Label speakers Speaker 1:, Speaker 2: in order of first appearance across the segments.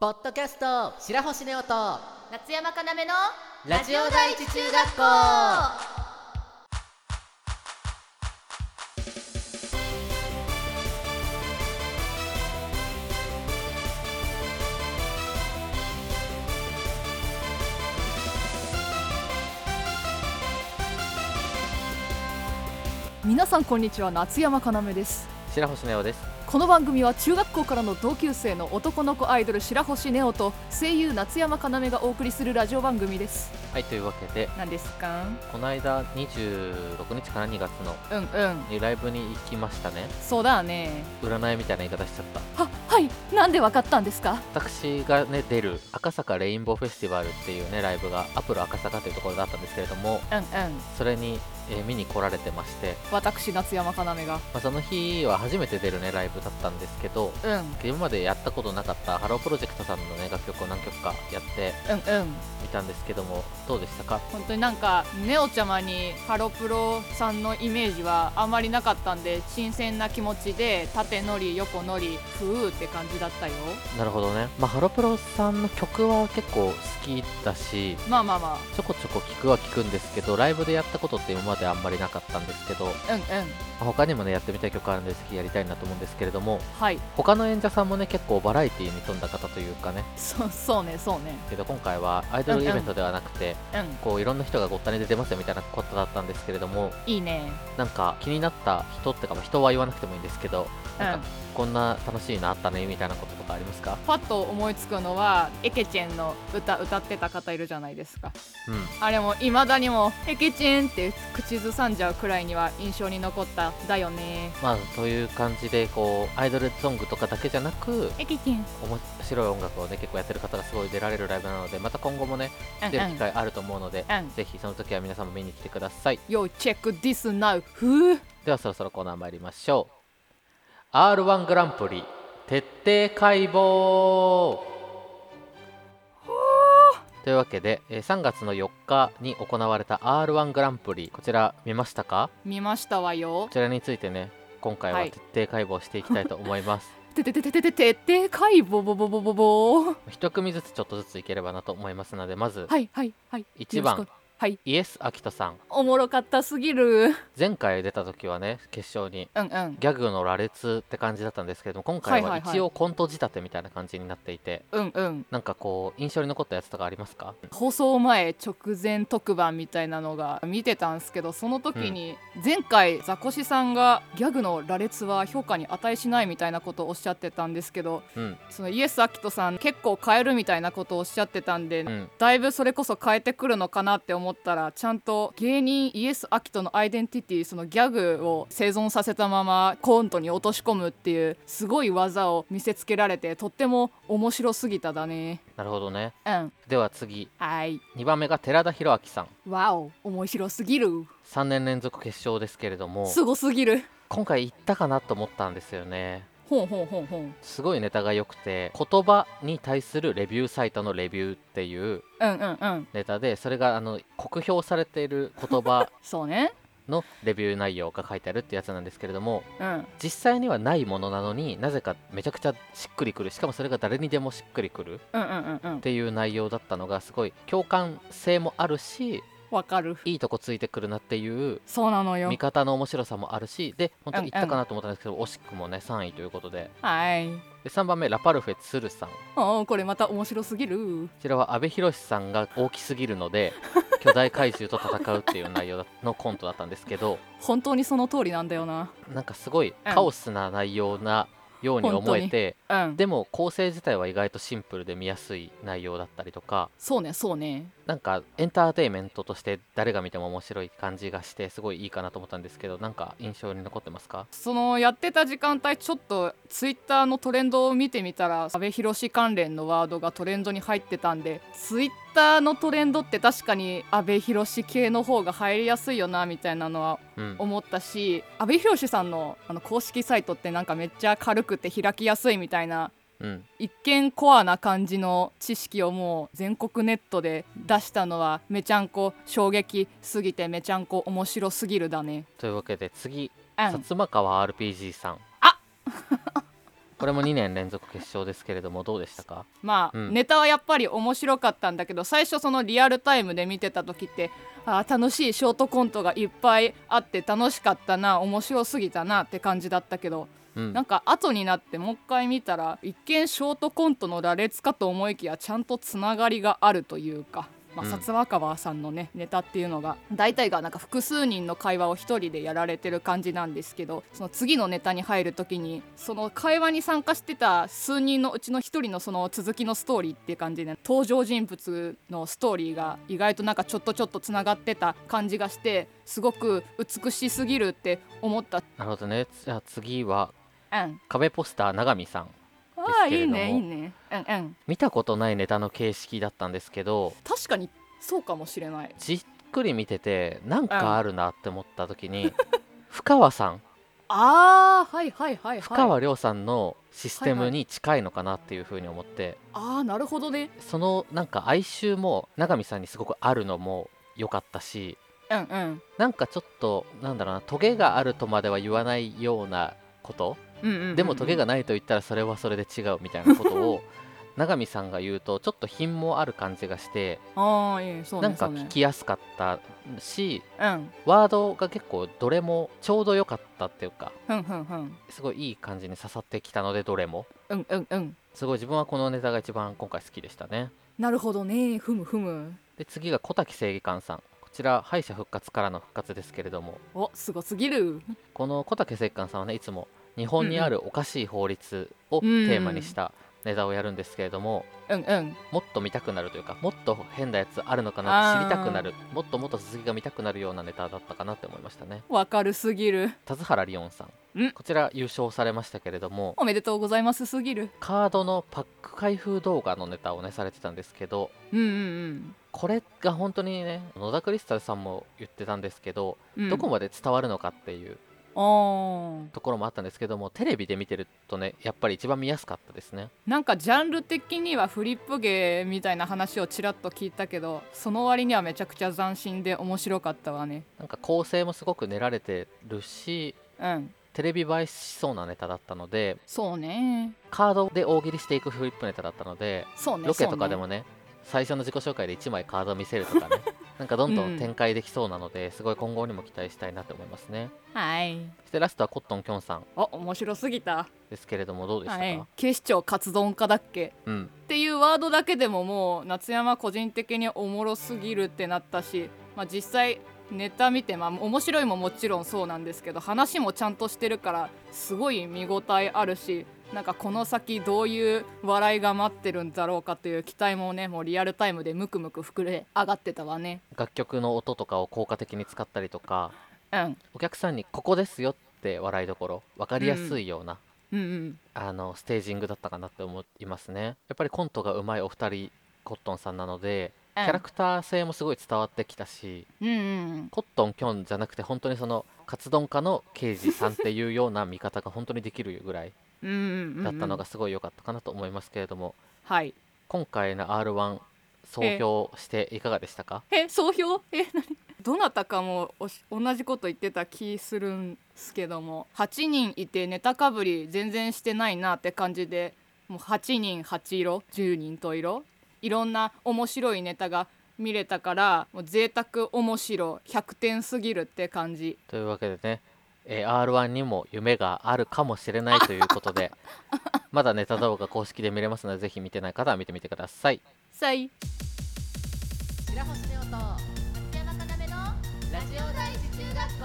Speaker 1: ポッドキャスト白星ネオと
Speaker 2: 夏山かなめの
Speaker 1: ラジオ第一中学校
Speaker 3: 皆さんこんにちは夏山かなめです
Speaker 1: 白星ネオです
Speaker 3: この番組は中学校からの同級生の男の子アイドル白星ネオと声優夏山かなめがお送りするラジオ番組です
Speaker 1: はいというわけで
Speaker 3: 何ですか
Speaker 1: この間26日から2月の
Speaker 3: うんうん
Speaker 1: ライブに行きましたね
Speaker 3: そうだね
Speaker 1: 占いみたいな言い方しちゃった
Speaker 3: ははいなんでわかったんですか
Speaker 1: 私がね出る赤坂レインボーフェスティバルっていうねライブがアプロ赤坂というところだったんですけれども
Speaker 3: うんうん
Speaker 1: それに、えー見に来られてまして、
Speaker 3: 私夏山かなめが
Speaker 1: まあ、その日は初めて出るねライブだったんですけど
Speaker 3: うんうん
Speaker 1: 今までやったことなかったハロープロジェクトさんのね楽曲を何曲かやって
Speaker 3: うん
Speaker 1: みたんですけどもどうでしたか
Speaker 3: 本当になんかネオちゃまにハロプロさんのイメージはあまりなかったんで新鮮な気持ちで縦のり横のりふうって感じだったよ
Speaker 1: なるほどね、まあ、ハロプロさんの曲は結構好きだし
Speaker 3: まあまあま
Speaker 1: ちょこちょこ聞くは聞くんですけどライブでやったことって今まであんまりなかったんですけど、ま
Speaker 3: あうんうん
Speaker 1: あ他にもねやってみたい曲あるんですけどやりたいなと思うんですけれども
Speaker 3: はい
Speaker 1: 他の演者さんもね結構バラエティーに富んだ方というかね
Speaker 3: そう そうねそうね
Speaker 1: けど今回はアイドルイベントではなくて、
Speaker 3: うん
Speaker 1: こういろんな人がごったに出てますよみたいなことだったんですけれども
Speaker 3: いいね
Speaker 1: なんか気になった人ってかまあ人は言わなくてもいいんですけど
Speaker 3: う
Speaker 1: なん
Speaker 3: ん
Speaker 1: かこんな楽しいのあったねみたいなこととかありますか
Speaker 3: パッと思いつくのはエケチェンの歌歌ってた方いるじゃないですか
Speaker 1: うん
Speaker 3: あれもいまだにもエケチェンって口ずさんじゃうくらいには印象に残っただよね
Speaker 1: まあという感じでこうアイドルソングとかだけじゃなく
Speaker 3: エケチェン
Speaker 1: 面白い音楽をね結構やってる方がすごい出られるライブなのでまた今後もね出る機会あると思うので、
Speaker 3: うん
Speaker 1: ぜひその時は皆さんも見に来てください
Speaker 3: Yo check this now ふう
Speaker 1: ではそろそろコーナー参りましょう R1 グランプリ徹底解剖というわけでえー3月の4日に行われた r 1グランプリこちら見ましたか
Speaker 3: 見ましたわよ
Speaker 1: こちらについてね今回は
Speaker 3: はい
Speaker 1: 徹底解剖していきたいと思 います、
Speaker 3: ててててててててかいぼぼぼぼぼぼぼ
Speaker 1: 一組ずつちょっとずついければなと思いますのでまず
Speaker 3: はいはいはい
Speaker 1: 1
Speaker 3: よろ
Speaker 1: 番
Speaker 3: しくはい
Speaker 1: イエス・アキトさん
Speaker 3: おもろかったすぎる
Speaker 1: 前回出た時はね決勝に
Speaker 3: うんうん
Speaker 1: ギャグの羅列って感じだったんですけれども今回
Speaker 3: は
Speaker 1: はい
Speaker 3: はいはい
Speaker 1: 一応コント仕立てみたいな感じになっていて、
Speaker 3: うんうん
Speaker 1: なんかこう印象に残ったやつとかありますか
Speaker 3: 放送前直前特番みたいなのが見てたんですけどその時に前回ザコシさんがギャグの羅列は評価に値しないみたいなことをおっしゃってたんですけど
Speaker 1: うん
Speaker 3: そのイエス・アキトさん結構変えるみたいなことをおっしゃってたんで、
Speaker 1: うん
Speaker 3: だいぶそれこそ変えてくるのかなって思ったらちゃんと芸人イエス・アキトのアイデンティティそのギャグを生存させたままコントに落とし込むっていうすごい技を見せつけられてとっても面白すぎただね。
Speaker 1: なるほどね
Speaker 3: うん
Speaker 1: では次
Speaker 3: はい
Speaker 1: 2番目が寺田裕明さん
Speaker 3: わお面白すぎる
Speaker 1: 3年連続決勝ですけれども
Speaker 3: すごすぎる
Speaker 1: 今回行ったかなと思ったんですよね
Speaker 3: ほんほんほんほん
Speaker 1: すごいネタが良くて言葉に対するレビューサイトのレビューっていう
Speaker 3: うんうんうん
Speaker 1: ネタでそれがあの酷評されている言葉
Speaker 3: そうね
Speaker 1: のレビュー内容が書いてあるってやつなんですけれども
Speaker 3: うん
Speaker 1: 実際にはないものなのになぜかめちゃくちゃしっくりくるしかもそれが誰にでもしっくりくるっ
Speaker 3: うんうんうんうん
Speaker 1: ていう内容だったのがすごい共感性もあるし
Speaker 3: わかる
Speaker 1: いいとこついてくるなっていう
Speaker 3: そうなのよ
Speaker 1: 見方の面白さもあるしで本当にいっ
Speaker 3: うんう
Speaker 1: た
Speaker 3: ん
Speaker 1: かなと思ったんですけど、惜しくもね3位ということで
Speaker 3: はい
Speaker 1: で3番目ラパルフェ鶴さんこ
Speaker 3: おーこれまた面白すぎる
Speaker 1: ちらは阿部寛さんが大きすぎる ので巨大怪獣と戦うっていう内容だのコントだったんですけど
Speaker 3: 本当にその通りなんだよな
Speaker 1: なんかすごい
Speaker 3: うん
Speaker 1: カオスな内容なように思えて、
Speaker 3: うん
Speaker 1: でも構成自体は意外とシンプルで見やすい内容だったりとか
Speaker 3: そうねそうね
Speaker 1: なんかエンターテインメントとして誰が見ても面白い感じがしてすごいいいかなと思ったんですけどなんか印象に残ってますか
Speaker 3: そのやってた時間帯ちょっとツイッターのトレンドを見てみたら阿部寛関連のワードがトレンドに入ってたんでツイッターのトレンドって確かに阿部寛系の方が入りやすいよなみたいなのは
Speaker 1: うん
Speaker 3: 思ったし阿部寛さんのあの公式サイトってなんかめっちゃ軽くて開きやすいみたいな
Speaker 1: うん
Speaker 3: 一見コアな感じの知識をもう全国ネットで出したのはめちゃんこ衝撃すぎてめちゃんこ面白すぎるだね。
Speaker 1: というわけで次
Speaker 3: うん
Speaker 1: 薩摩川 RPG さん
Speaker 3: あ
Speaker 1: これも2年連続決勝ですけれどもどうでしたか
Speaker 3: まあ、
Speaker 1: うん
Speaker 3: ネタはやっぱり面白かったんだけど最初そのリアルタイムで見てた時ってあー楽しいショートコントがいっぱいあって楽しかったな面白すぎたなって感じだったけど
Speaker 1: うん
Speaker 3: なんか後になってもう一回見たら一見ショートコントの羅列かと思いきやちゃんとつながりがあるというか。まあ、
Speaker 1: うん
Speaker 3: 薩若葉さんのねネタっていうのが大体がなんか複数人の会話を一人でやられてる感じなんですけどその次のネタに入る時にその会話に参加してた数人のうちの一人のその続きのストーリーっていう感じで登場人物のストーリーが意外となんかちょっとちょっとつながってた感じがしてすごく美しすぎるって思った。
Speaker 1: なるほどねじゃあ次は
Speaker 3: うん
Speaker 1: 壁ポスター永見さん
Speaker 3: ああ
Speaker 1: ですけ
Speaker 3: い
Speaker 1: れ
Speaker 3: い
Speaker 1: ども
Speaker 3: ねいいねうんうん
Speaker 1: 見たことないネタの形式だったんですけど
Speaker 3: 確かにそうかもしれない
Speaker 1: じっくり見ててなんかあるなって思った時に 深川さん
Speaker 3: ああはいはいはいはい
Speaker 1: 深川亮さんのシス
Speaker 3: は
Speaker 1: テ
Speaker 3: いは
Speaker 1: ム
Speaker 3: い
Speaker 1: に近いのかなっていうふうに思って
Speaker 3: ああなるほどね
Speaker 1: そのなんか哀愁も永見さんにすごくあるのも良かったし
Speaker 3: うんうん
Speaker 1: なんかちょっとなんだろうなトゲがあるとまでは言わないようなこと
Speaker 3: うんうんうんうん
Speaker 1: でもトゲがないと言ったらそれはそれで違うみたいなこと を永見さんが言うとちょっと品もある感じがして
Speaker 3: ああいいそうね
Speaker 1: なんか
Speaker 3: そう
Speaker 1: 聞
Speaker 3: ね
Speaker 1: きやすかったし
Speaker 3: うん
Speaker 1: ワードが結構どれもちょうど良かったっていうか
Speaker 3: ふんふんふん
Speaker 1: すごいいい感じに刺さってきたのでどれも
Speaker 3: うんうんうん
Speaker 1: すごい自分はこのネタが一番今回好きでしたね
Speaker 3: なるほどねふむふむ
Speaker 1: で次が小滝正義感さんこちら敗者復活からの復活ですけれども
Speaker 3: おすごすぎる
Speaker 1: この小竹正義感さんはねいつも日本にあるおかしい法律をテーマにしたネタをやるんですけれども、
Speaker 3: うんうん
Speaker 1: もっと見たくなるというかもっと変なやつあるのかなって知りたくなるもっともっと続きが見たくなるようなネタだったかなって思いましたね
Speaker 3: わかるすぎる
Speaker 1: 田津原理音さん
Speaker 3: うん
Speaker 1: こちら優勝されましたけれども
Speaker 3: おめでとうございますすぎる
Speaker 1: カードのパック開封動画のネタをねされてたんですけど
Speaker 3: うんうん
Speaker 1: これが本当にね野田クリスタルさんも言ってたんですけど、
Speaker 3: うん
Speaker 1: どこまで伝わるのかっていう
Speaker 3: もああ
Speaker 1: ところもあったんですけどもテレビで見てるとねやっぱり一番見やすかったですね
Speaker 3: なんかジャンル的にはフリップ芸みたいな話をちらっと聞いたけどその割にはめちゃくちゃ斬新で面白かったわね
Speaker 1: なんか構成もすごく練られてるし
Speaker 3: うん
Speaker 1: テレビ映えしそうなネタだったので
Speaker 3: そうね
Speaker 1: カードで大喜利していくフリップネタだったので
Speaker 3: そうね
Speaker 1: ロケとかで
Speaker 3: そうね
Speaker 1: もね最初の自己紹介で1枚カードを見せると かねなんかどんどん展開できそうなので、すごい今後にも期待したいなと思いますね
Speaker 3: はい
Speaker 1: そしてラストはコットンきょんさん
Speaker 3: あ面白すぎた
Speaker 1: ですけれどもどうでしたか、
Speaker 3: はい警視庁カツ丼家だっけ
Speaker 1: うん
Speaker 3: っていうワードだけでももう夏山個人的におもろすぎるってなったし、まあ、実際ネタ見て、まあ、面白いももちろんそうなんですけど話もちゃんとしてるからすごい見応えあるしなんかこの先どういう笑いが待ってるんだろうかという期待もねもうリアルタイムでムクムク膨れ上がってたわね。
Speaker 1: 楽曲の音とかを効果的に使ったりとか
Speaker 3: うん、
Speaker 1: お客さんにここですよって笑いどころ分かりやすいような、
Speaker 3: うん、うん
Speaker 1: あのステージングだったかなって思いますねやっぱりコントがうまいお二人コットンさんなのでキャラクター性もすごい伝わってきたし、
Speaker 3: うんうん
Speaker 1: コットンキョンじゃなくて本当にそのカツ丼家の刑事さんっていうような見方が本当にできるぐらい
Speaker 3: うんうんうんうん
Speaker 1: だったのがすごい良かったかなと思いますけれども、
Speaker 3: はい
Speaker 1: 今回の r 1総評していかがでしたか
Speaker 3: え総評え何どなたかもおし同じこと言ってた気するんすけども8人いてネタかぶり全然してないなって感じでもう8人8色10人と色いろんな面白いネタが見れたからもう贅沢面白100点すぎるって感じ
Speaker 1: というわけでね、え r 1にも夢があるかもしれないということでまだネタ動画公式で見れますのでぜひ見てない方は見てみてください
Speaker 3: さい
Speaker 2: 白星亮と松山かなめのラジオ第一中学校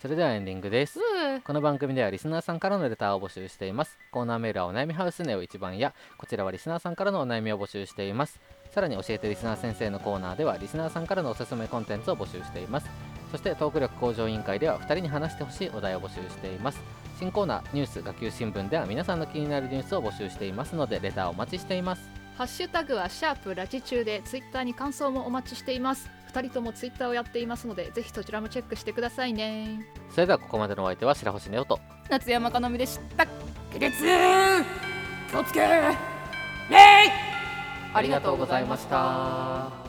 Speaker 1: それではエンディングですこの番組ではリスナーさんからのレターを募集していますコーナーメールはお悩みハウスネオ一番やこちらはリスナーさんからのお悩みを募集していますさらに教えてリスナー先生のコーナーではリスナーさんからのおすすめコンテンツを募集していますそしてトーク力向上委員会では2人に話してほしいお題を募集しています新コーナーニュース学級新聞では皆さんの気になるニュースを募集していますのでレターをお待ちしています
Speaker 4: ハッシュタグはシャープラジ中でツイッターに感想もお待ちしています。二人ともツイッターをやっていますので、ぜひそちらもチェックしてくださいね。
Speaker 1: それではここまでのお相手は白星ネオと
Speaker 3: 夏山かなみでした月気をつけイエイ
Speaker 1: ありがとうございました